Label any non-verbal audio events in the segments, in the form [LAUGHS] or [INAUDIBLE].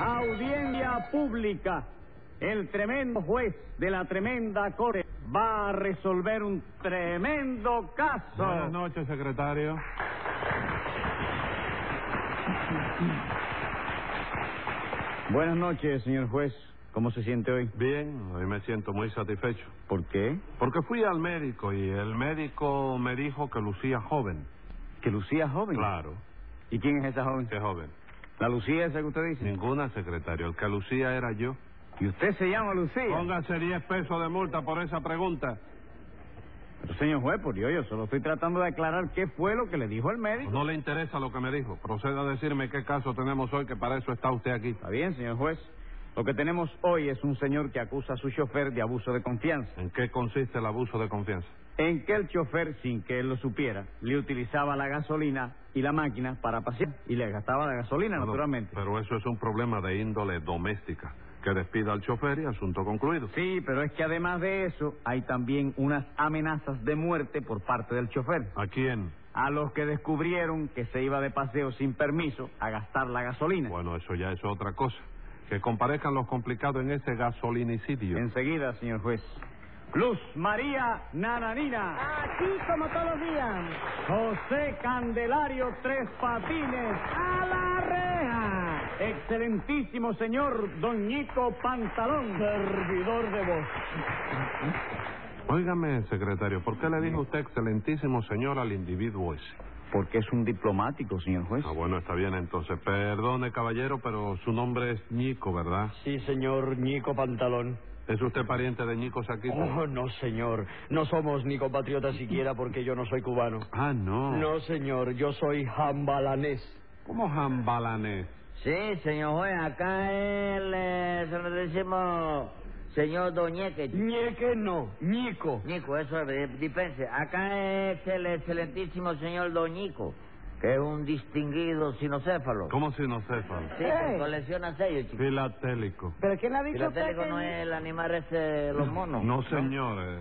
audiencia pública. El tremendo juez de la tremenda corte va a resolver un tremendo caso. Buenas noches, secretario. Buenas noches, señor juez. ¿Cómo se siente hoy? Bien, hoy me siento muy satisfecho. ¿Por qué? Porque fui al médico y el médico me dijo que lucía joven. Que Lucía es joven. Claro, ¿Y quién es esa joven? que joven. La Lucía esa que usted dice. Ninguna, secretario. El que lucía era yo. ¿Y usted se llama Lucía? Póngase 10 pesos de multa por esa pregunta. Pero, señor juez, por Dios, yo solo estoy tratando de aclarar qué fue lo que le dijo el médico. No le interesa lo que me dijo. Proceda a decirme qué caso tenemos hoy, que para eso está usted aquí. Está bien, señor juez. Lo que tenemos hoy es un señor que acusa a su chofer de abuso de confianza. ¿En qué consiste el abuso de confianza? En que el chofer, sin que él lo supiera, le utilizaba la gasolina y la máquina para pasear. Y le gastaba la gasolina, Bueno, naturalmente. Pero eso es un problema de índole doméstica. Que despida al chofer y asunto concluido. Sí, pero es que además de eso, hay también unas amenazas de muerte por parte del chofer. ¿A quién? A los que descubrieron que se iba de paseo sin permiso a gastar la gasolina. Bueno, eso ya es otra cosa. Que comparezcan los complicados en ese gasolinicidio. Enseguida, señor juez. Luz María Nananina. Aquí como todos los días. José Candelario Tres Patines. A la reja. Excelentísimo señor Doñico Pantalón. Servidor de voz. Óigame, secretario, ¿por qué le dijo usted excelentísimo señor al individuo ese? Porque es un diplomático, señor juez. Ah, bueno, está bien entonces. Perdone, caballero, pero su nombre es Ñico, ¿verdad? Sí, señor Nico Pantalón. ¿Es usted pariente de Ñico Saquito? Oh, no, señor. No somos ni compatriotas siquiera porque yo no soy cubano. Ah, no. No, señor. Yo soy jambalanés. ¿Cómo jambalanés? Sí, señor juez, acá él, eh, se lo decimos señor Doñeque. Ñeque no. Nico. Nico, eso es, eh, dispense. Acá es el excelentísimo señor Doñico, que es un distinguido sinocéfalo. ¿Cómo si no sepa? Sí, que colecciona sellos, chico. Filatélico. ¿Pero quién ha dicho usted Filatélico que... no es el animal ese, los monos. No, señores.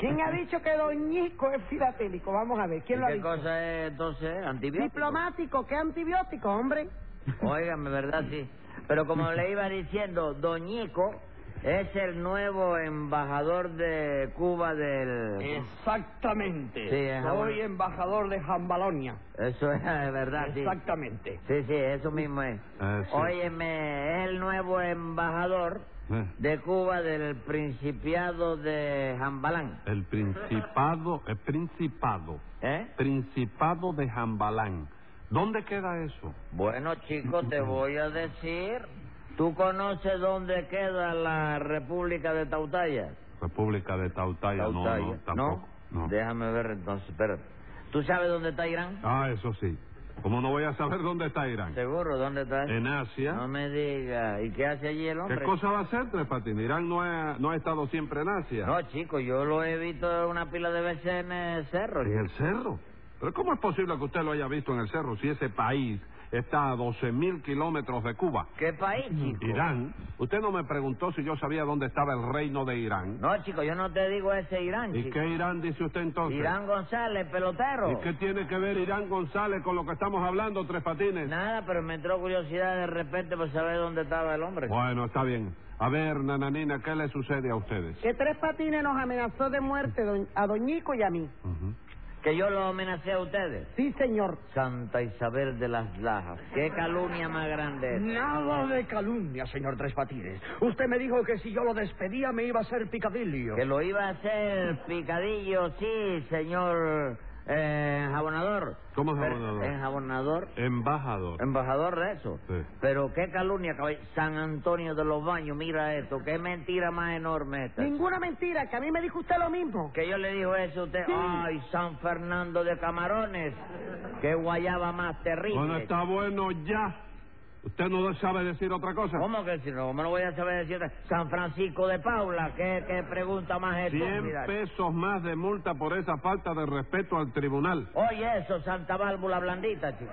¿Quién ha dicho que Doñico es filatélico? Vamos a ver, ¿Y ¿quién lo ha ¿Qué dicho? cosa es entonces? Antibiótico. Diplomático, ¿qué antibiótico, hombre? Óigame, ¿verdad? Sí. Pero como le iba diciendo, Doñico es el nuevo embajador de Cuba del... Exactamente. Sí, es jambalón. embajador de Jambalonia. Eso es [LAUGHS] eh, verdad, sí. Exactamente. Sí, sí, eso mismo es. Eh, sí. Óyeme, es el nuevo embajador Eh, de Cuba del Principiado de Jambalán. El principado, el principado, ¿Eh? principado de Jambalán. ¿Dónde queda eso? Bueno, [LAUGHS] chicos, te voy a decir. ¿Tú conoces dónde queda la República de Tautaya? República de Tautaya, no, no, tampoco. No. Déjame ver entonces, espérate. ¿Tú sabes dónde está Irán? Ah, eso sí. Como no voy a saber dónde está Irán. Seguro, ¿dónde está? En Asia. No me digas. ¿Y qué hace allí el hombre? ¿Qué cosa va a ser, Tres Patines? Irán no ha, no ha estado siempre en Asia. No, chicos, yo lo he visto una pila de veces en el cerro. ¿En el cerro? ¿Pero cómo es posible que usted lo haya visto en el cerro si ese país está a 12.000 kilómetros de Cuba? ¿Qué país, chico? Mm, Irán. Usted no me preguntó si yo sabía dónde estaba el reino de Irán. No, chico, yo no te digo ese Irán, ¿Y chico. qué Irán dice usted entonces? Irán González, pelotero. ¿Y qué tiene que ver Irán González con lo que estamos hablando, Tres Patines? Nada, pero me entró curiosidad de repente por saber dónde estaba el hombre. Bueno, está bien. A ver, nananina, ¿qué le sucede a ustedes? Que Tres Patines nos amenazó de muerte doñ- a Doñico y a mí. Ujú. Que yo lo amenacé a ustedes. Sí, señor. Santa Isabel de las Lajas. Qué calumnia más grande es. Nada eh. de calumnia, señor Tres Patines. Usted me dijo que si yo lo despedía me iba a hacer picadillo. Que lo iba a hacer picadillo, sí, señor eh, jabonador. ¿Cómo es Pero- jabonador? enjabonador, Embajador. Embajador de eso. Sí. Pero qué calumnia, caball- San Antonio de los Baños, mira esto. Qué mentira más enorme esta. Ninguna mentira, que a mí me dijo usted lo mismo. Que yo le dijo eso a usted. Ay, San Fernando de Camarones. Qué guayaba más terrible. Bueno, está bueno ya. ¿Usted no sabe decir otra cosa? ¿Cómo que si no? ¿Cómo no voy a saber decir? San Francisco de Paula. ¿Qué, qué pregunta más 100 estúpida? pesos más de multa por esa falta de respeto al tribunal. Oye, eso, Santa Válvula Blandita, chico.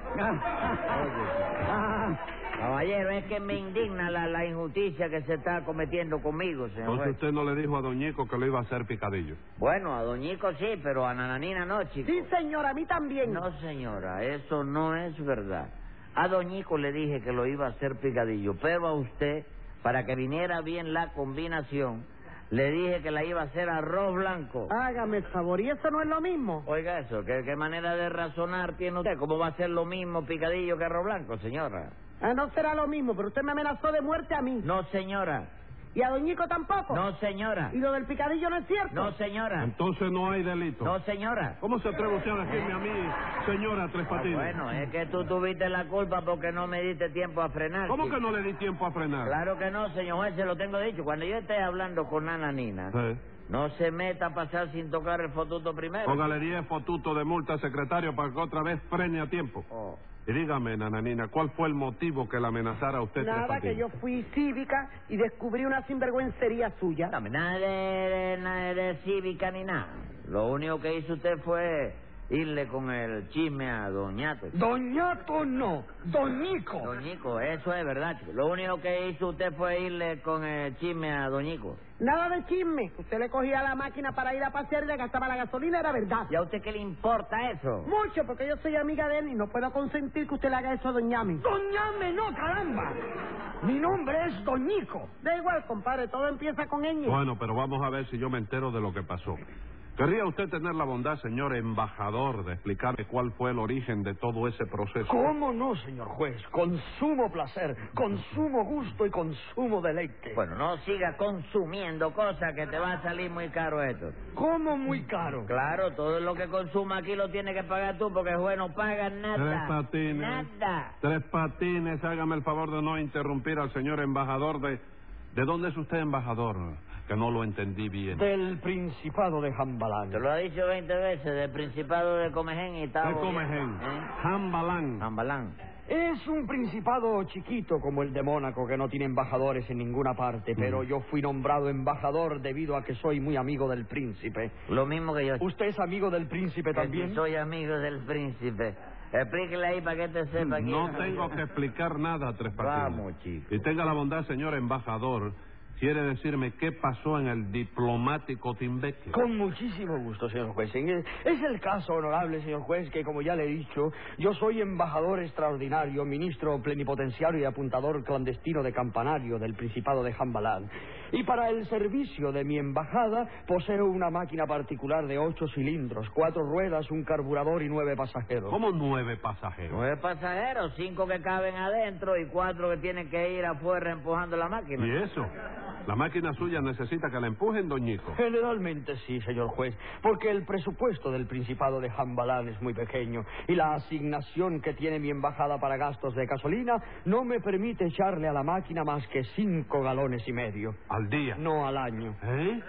Ah. [LAUGHS] Caballero, es que me indigna la, la injusticia que se está cometiendo conmigo, señor. Entonces juez. Pues usted no le dijo a Doñico que lo iba a hacer picadillo. Bueno, a Doñico sí, pero a Nananina no, chico. Sí, señor, a mí también. No, señora, eso no es verdad. A Doñico le dije que lo iba a hacer picadillo, pero a usted, para que viniera bien la combinación, le dije que la iba a hacer arroz blanco. Hágame el favor, ¿y eso no es lo mismo? Oiga eso, ¿qué, qué manera de razonar tiene usted? ¿Cómo va a ser lo mismo picadillo que arroz blanco, señora? Ah, no será lo mismo, pero usted me amenazó de muerte a mí. No, señora. ¿Y a Doñico tampoco? No, señora. ¿Y lo del picadillo no es cierto? No, señora. Entonces no hay delito. Ah. No, señora. ¿Cómo se atreve usted a decirme a mí, señora Tres Ah, Patines? bueno, es que tú tuviste la culpa porque no me diste tiempo a frenar. ¿Cómo chico. que no le di tiempo a frenar? Claro que no, señor juez, se lo tengo dicho. Cuando yo esté hablando con Ana Nina, Sí. no se meta a pasar sin tocar el fotuto primero. Con galería de fotuto de multa, secretario, para que otra vez frene a tiempo. Oh. Y dígame, nananina, ¿cuál fue el motivo que la amenazara a usted? Tres Nada, que Patines? yo fui cívica y descubrí una sinvergüencería suya. No, nada de, de- nada de cívica ni nada. Lo único que hizo usted fue irle con el chisme a Doñato. Doñato no, Doñico. Doñico, eso es verdad, chico. Lo único que hizo usted fue irle con el chisme a Doñico. Nada de chisme. Usted le cogía la máquina para ir a pasear y le gastaba la gasolina, era verdad. ¿Y a usted qué le importa eso? Mucho, porque yo soy amiga de él y no puedo consentir que usted le haga eso a Doñami. Doñame no, caramba. Mi nombre es Doñico. Da igual, compadre, todo empieza con ñ. Bueno, pero vamos a ver si yo me entero de lo que pasó. ¿Querría usted tener la bondad, señor embajador, de explicarme cuál fue el origen de todo ese proceso? ¿Cómo no, señor juez? Con sumo placer, con sumo gusto y con sumo deleite. Bueno, no siga consumiendo cosas que te va a salir muy caro esto. ¿Cómo muy caro? Claro, todo lo que consuma aquí lo tienes que pagar tú porque juez no paga Tres nada. patines. Nada. Tres patines, hágame el favor de no interrumpir al señor embajador de... ¿De dónde es usted embajador? Que no lo entendí bien. Del Principado de Te Jambalán. lo ha dicho 20 veces, del Principado de Comején y tal. ¿Qué come, gen? ¿eh? Jambalán. Ambalán. Es un principado chiquito como el de Mónaco que no tiene embajadores en ninguna parte, Mm. pero yo fui nombrado embajador debido a que soy muy amigo del príncipe. Lo mismo que yo. ¿Usted es amigo del príncipe Que también? si soy amigo del príncipe. Explíquele ahí para que te sepa quién No es. tengo que explicar nada, Tres Patines. Vamos, chico. Y tenga la bondad, señor embajador, quiere decirme qué pasó en el diplomático Timbeque. Con muchísimo gusto, señor juez. En- Es el caso honorable, señor juez, que como ya le he dicho, yo soy embajador extraordinario, ministro plenipotenciario y apuntador clandestino de campanario del Principado de Jambalán. Y para el servicio de mi embajada poseo una máquina particular de ocho cilindros, cuatro ruedas, un carburador y nueve pasajeros. ¿Cómo nueve pasajeros? Nueve pasajeros, cinco que caben adentro y cuatro que tienen que ir afuera empujando la máquina. ¿Y eso? La máquina suya necesita que la empujen, doñico. Generalmente sí, señor juez, porque el presupuesto del Principado de Jambalán es muy pequeño y la asignación que tiene mi embajada para gastos de gasolina no me permite echarle a la máquina más que cinco galones y medio, Al día. no al año. ¿Eh?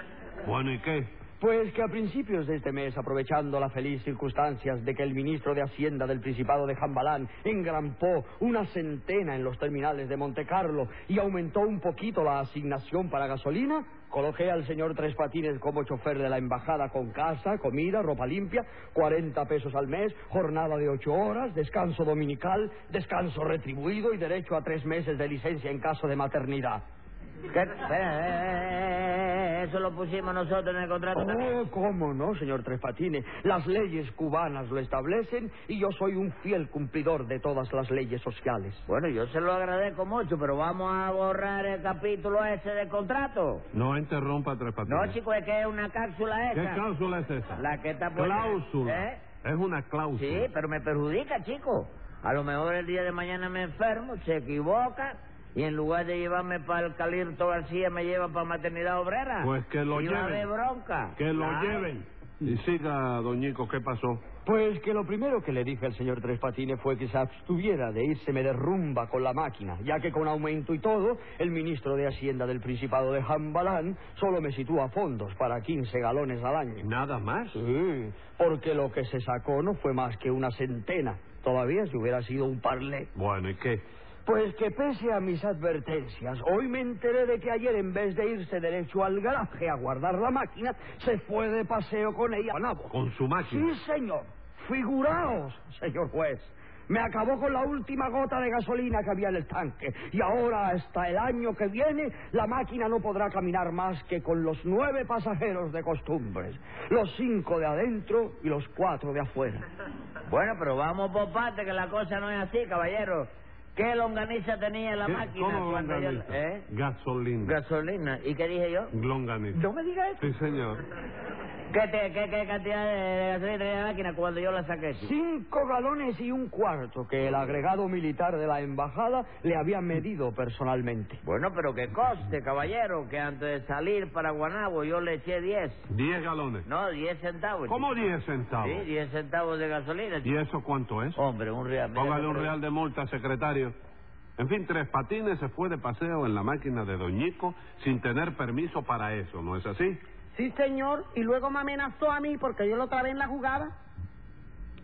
Bueno, ¿y qué? Pues que a principios de este mes, aprovechando las felices circunstancias de que el ministro de Hacienda del Principado de Jambalán engrampó una centena en los terminales de Monte Carlo y aumentó un poquito la asignación para gasolina, coloqué al señor Tres Patines como chofer de la embajada con casa, comida, ropa limpia, 40 pesos al mes, jornada de ocho horas, descanso dominical, descanso retribuido y derecho a tres meses de licencia en caso de maternidad. ¿Qué? Eh, eh, eh, eh, eso lo pusimos nosotros en el contrato. Oh, cómo no, señor Tres Patines. Las leyes cubanas lo establecen y yo soy un fiel cumplidor de todas las leyes sociales. Bueno, yo se lo agradezco mucho, pero vamos a borrar el capítulo ese del contrato. No interrumpa, Tres Patines. No, chico, es que es una cápsula ¿Qué esa. cláusula es esa? La que está puesta. Cláusula. ¿Eh? Es una cláusula. Sí, pero me perjudica, chico. A lo mejor el día de mañana me enfermo, se equivoca, y en lugar de llevarme para el Calirto García, me lleva para Maternidad Obrera. Pues que lo y va a lleven. haber bronca. Que lo Claro. lleven. Y siga, doñico, ¿qué pasó? Pues que lo primero que le dije al señor Tres Patines fue que se abstuviera de irse me derrumba con la máquina, ya que con aumento y todo, el ministro de Hacienda del Principado de Jambalán solo me sitúa fondos para 15 galones al año. Nada más. Sí, porque lo que se sacó no fue más que una centena. Todavía si hubiera sido un parlé. Bueno, ¿y qué? Pues que pese a mis advertencias, hoy me enteré de que ayer en vez de irse derecho al garaje a guardar la máquina, se fue de paseo con ella a Nabo. Con su máquina. Sí, señor. Figuraos, señor juez. Me acabó con la última gota de gasolina que había en el tanque. Y ahora, hasta el año que viene, la máquina no podrá caminar más que con los nueve pasajeros de costumbres. Los cinco de adentro y los cuatro de afuera. Bueno, pero vamos por parte, que la cosa no es así, caballero. ¿Qué longaniza tenía la ¿Qué- máquina? ¿Cómo cuando yo- longaniza? ¿Eh? Gasolina. Gasolina. ¿Y qué dije yo? longaniza. No me diga eso. Sí, señor. ¿Qué, te- qué- qué cantidad de, de gasolina tenía la máquina cuando yo la saqué? chico? Cinco galones y un cuarto que el agregado militar de la embajada le había medido personalmente. Bueno, pero que coste, caballero, que antes de salir para Guanabo yo le eché 10. Diez galones. No, 10 centavos. chico. ¿Cómo diez centavos? Sí, Oh, 10 centavos de gasolina. ¿Y chico. eso cuánto es? Hombre, un real. mira, Póngale un hombre. real de multa, secretario. En fin, Tres Patines se fue de paseo en la máquina de Doñico sin tener permiso para eso, ¿no es así? Sí, señor. Y luego me amenazó a mí porque yo lo trabé en la jugada.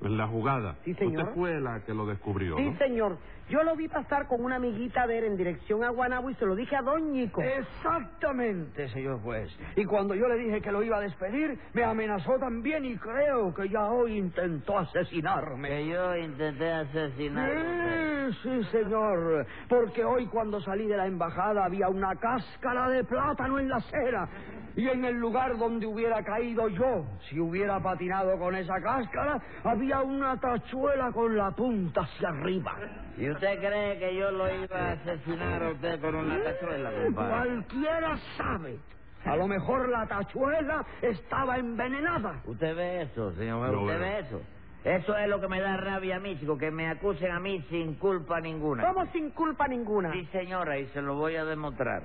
En la jugada. Sí, señor. Usted fue la que lo descubrió, Sí, ¿no? señor. Yo lo vi pasar con una amiguita de él en dirección a Guanabo y se lo dije a Doñico. Eh. Exactamente, señor juez. Y cuando yo le dije que lo iba a despedir, me amenazó también y creo que ya hoy intentó asesinarme. Que yo intenté asesinar. Sí, Mm, sí, señor. Porque hoy cuando salí de la embajada había una cáscara de plátano en la acera. Y en el lugar donde hubiera caído yo, si hubiera patinado con esa cáscara, había una tachuela con la punta hacia arriba. ¿Y usted cree que yo lo iba a asesinar a usted con una cachuela, compadre? Mm, Cualquiera sabe. A lo mejor la tachuela estaba envenenada. ¿Usted ve eso, señor? Lo ¿Usted veo. ve eso? Eso es lo que me da rabia a mí, chico, que me acusen a mí sin culpa ninguna. ¿Cómo sin culpa ninguna? Sí, señora, y se lo voy a demostrar.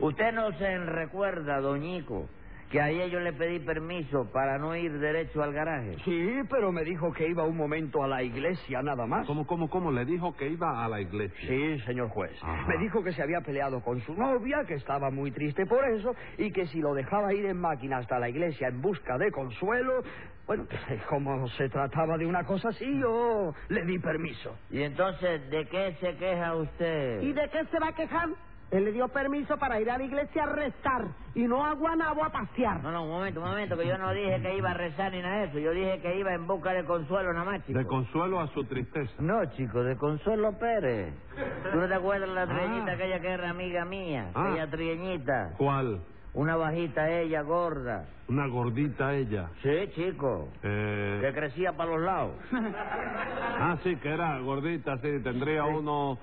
Usted no se recuerda, doñico, que ayer yo le pedí permiso para no ir derecho al garaje. Sí, pero me dijo que iba un momento a la iglesia nada más. ¿Cómo, cómo, cómo? Le dijo que iba a la iglesia. Sí, señor juez. Ajá. Me dijo que se había peleado con su novia, que estaba muy triste por eso, y que si lo dejaba ir en máquina hasta la iglesia en busca de consuelo, bueno, [LAUGHS] como se trataba de una cosa así, yo le di permiso. Y entonces, ¿de qué se queja usted? ¿Y de qué se va a quejar? Él le dio permiso para ir a la iglesia a rezar y no a Guanabo a pasear. No, no, un momento, un momento, que yo no dije que iba a rezar ni nada de eso. Yo dije que iba en busca de consuelo nada más, chico. De consuelo a su tristeza. No, chico, de Consuelo Pérez. ¿Tú no te acuerdas la trieñita Ah. aquella que era amiga mía? Ah. Aquella trieñita. ¿Cuál? Una bajita ella, gorda. Una gordita ella. Sí, chico. Eh, Que crecía para los lados. Ah, sí, que era gordita, sí. Tendría unos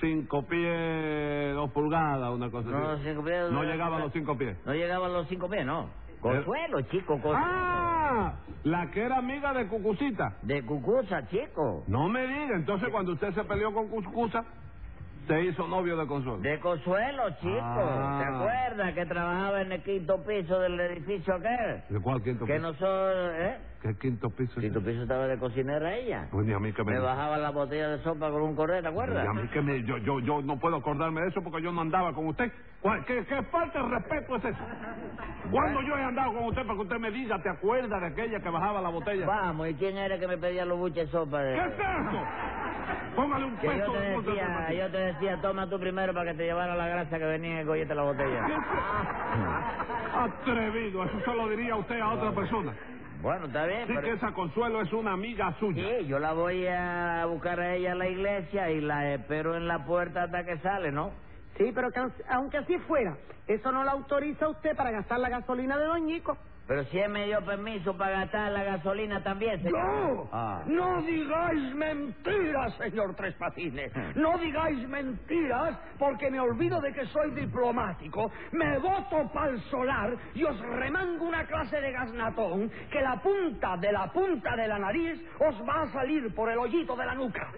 cinco pies, dos pulgadas, una cosa No, así. cinco pies, No dos- llegaba a los cinco pies. No llegaba a los cinco pies, no. Consuelo, chico, Consuelo. ¡Ah! La que era amiga de Cucucita. De Cucusa, chico. No me diga. Entonces, cuando usted se peleó con Cucusa, se hizo novio de Consuelo. De Consuelo, chico. Ah. ¿Te acuerdas que trabajaba en el quinto piso del edificio aquel? ¿De cuál quinto Que piso? nosotros, ¿eh? ¿Qué quinto piso? Quinto piso estaba de cocinera ella. Pues ni a mí que me... Me bajaba la botella de sopa con un correo, ¿te acuerdas? Ni a mí que me- Yo, yo, yo no puedo acordarme de eso porque yo no andaba con usted. ¿Cuál- ¿Qué, qué falta de respeto es eso? ¿Cuándo yo he andado con usted para que usted me diga, te acuerdas de aquella que bajaba la botella? Vamos, ¿y quién era que me pedía los buches de sopa? de- ¿Qué es eso? Póngale un Que yo peso te de multa. decía, Tomás. yo te decía, toma tú primero para que te llevara la grasa que venía en el gollete de la botella. Atrevido, eso se lo diría usted a otra persona. Bueno, está bien, Sí pero... que esa Consuelo es una amiga suya. Sí, yo la voy a buscar a ella a la iglesia y la espero en la puerta hasta que sale, ¿no? Sí, pero que, aunque así fuera, eso no lo autoriza usted para gastar la gasolina de Doñico. Pero si él me dio permiso para gastar la gasolina también, señor. ¡No! Ah. ¡No digáis mentiras, señor Tres Patines! Ah. ¡No digáis mentiras porque me olvido de que soy diplomático, me voto pa'l solar y os remango una clase de gasnatón que la punta de la punta de la nariz os va a salir por el hoyito de la nuca.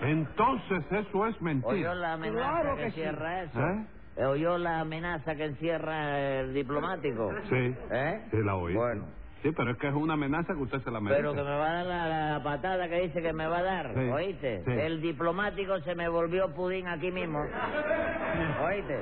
Entonces eso es Oyó mentira. la amenaza que, Claro que sí. encierra eso. ¿Eh? Eh, Oyó la amenaza que encierra el diplomático. Sí. ¿Eh? Sí, la oí. Bueno. Sí, pero es que es una amenaza que usted se la merece. Pero que me va a dar la, la patada que dice que me va a dar, Sí, ¿oíste? sí. El diplomático se me volvió pudín [LAUGHS] aquí mismo. ¿Oíste?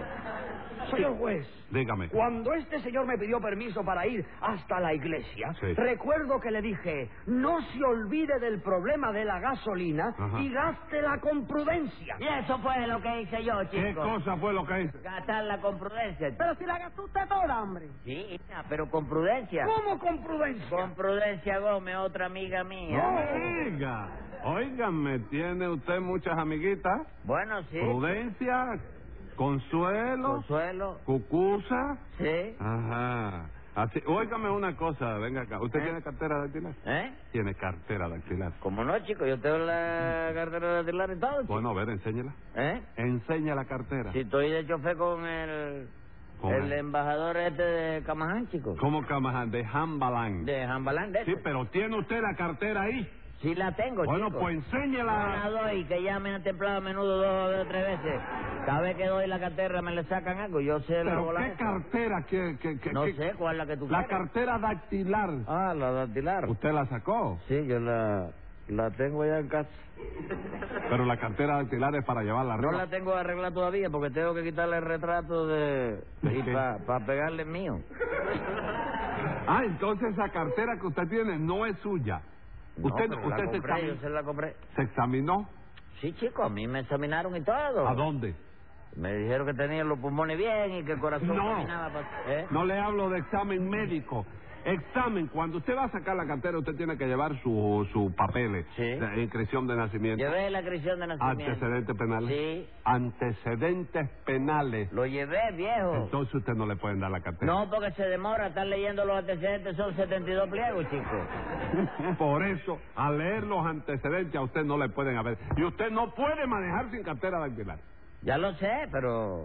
Señor juez. Dígame. Cuando este señor me pidió permiso para ir hasta la iglesia, Sí. recuerdo que le dije, no se olvide del problema de la gasolina Ajá. y gástela con prudencia. Y eso fue lo que hice yo, ¿Qué chicos. cosa fue lo que hizo? Gastarla con prudencia. chico. Pero si la gastó usted toda, hombre. Sí, hija, pero con prudencia. ¿Cómo con prudencia? Con Prudencia Gómez, otra amiga mía. Oiga, oígame, ¿tiene usted muchas amiguitas? Bueno, sí. Prudencia, Consuelo, Consuelo. Cucusa. Sí. Ajá. Así, óigame una cosa, venga acá. ¿Usted ¿Eh? tiene cartera dactilar? ¿Eh? Tiene cartera dactilar. Como no, chico, yo tengo la cartera de y todo, chico. Bueno, a ver, enséñela. ¿Eh? Enseña la cartera. Si estoy de chofer con el... Con el el- embajador este de Camaján, chico. ¿Cómo Camaján? De Hambalán. De Jambalán, de Sí, ese. pero tiene usted la cartera ahí. Sí la tengo, Bueno, chico. pues No la enséñela. doy, que ya me han templado a menudo dos o tres veces. Cada vez que doy la cartera me le sacan algo, yo sé la ¿Pero bola qué esa. cartera? ¿Qué, qué, qué, No qué- sé cuál es la que tú La quieres. cartera dactilar. Ah, la dactilar. ¿Usted la sacó? Sí, yo la, la tengo ya en casa. Pero la cartera dactilar es para llevarla No arriba. la tengo arreglada todavía porque tengo que quitarle el retrato de... ¿De y qué? para pegarle el mío. Ah, entonces esa cartera que usted tiene no es suya. No, usted pero usted la se, compré, yo examinó, se la compré. se examinó. Sí, chico, a mí me examinaron y todo. ¿A dónde? Me dijeron que tenía los pulmones bien y que el corazón No. caminaba pa- ¿Eh? No le hablo de examen médico. Examen, cuando usted va a sacar la cartera, usted tiene que llevar sus su papeles. Sí. de inscripción de nacimiento. Llevé la crisión de nacimiento. Antecedentes penales. Sí. Antecedentes penales. Lo llevé, viejo. Entonces usted no le pueden dar la cartera. No, porque se demora, están leyendo los antecedentes, son 72 pliegos, chicos. [LAUGHS] Por eso, al leer los antecedentes, a usted no le pueden haber. Y usted no puede manejar sin cartera dactilar. Ya lo sé, pero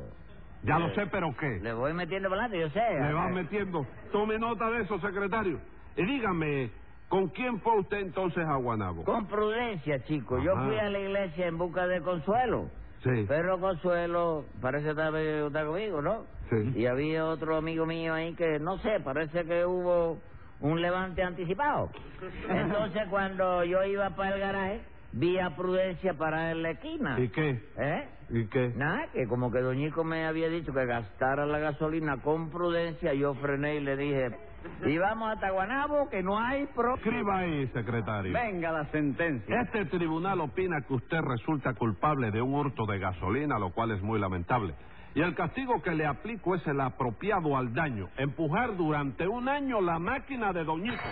Ya lo sé, pero ¿qué? Eh, le eh, voy metiendo para adelante, yo sé. Le va metiendo. Tome nota de eso, secretario. Y dígame, ¿con quién fue usted entonces a Guanabo? Con prudencia, chicos. Yo Ajá. fui a la iglesia en busca de consuelo. Sí. Pero Consuelo, parece que estaba- está conmigo, ¿no? Sí. Y había otro amigo mío ahí que, no sé, parece que hubo un levante anticipado. Entonces, cuando yo iba para el garaje, vi a Prudencia para en la esquina. ¿Y qué? ¿Eh? ¿Y qué? Nada, que como que Doñico me había dicho que gastara la gasolina con prudencia, yo frené y le dije, y vamos hasta Guanabo, que no hay pro... Escriba ahí, secretario. Venga la sentencia. Este tribunal opina que usted resulta culpable de un hurto de gasolina, lo cual es muy lamentable. Y el castigo que le aplico es el apropiado al daño, empujar durante un año la máquina de Doñico.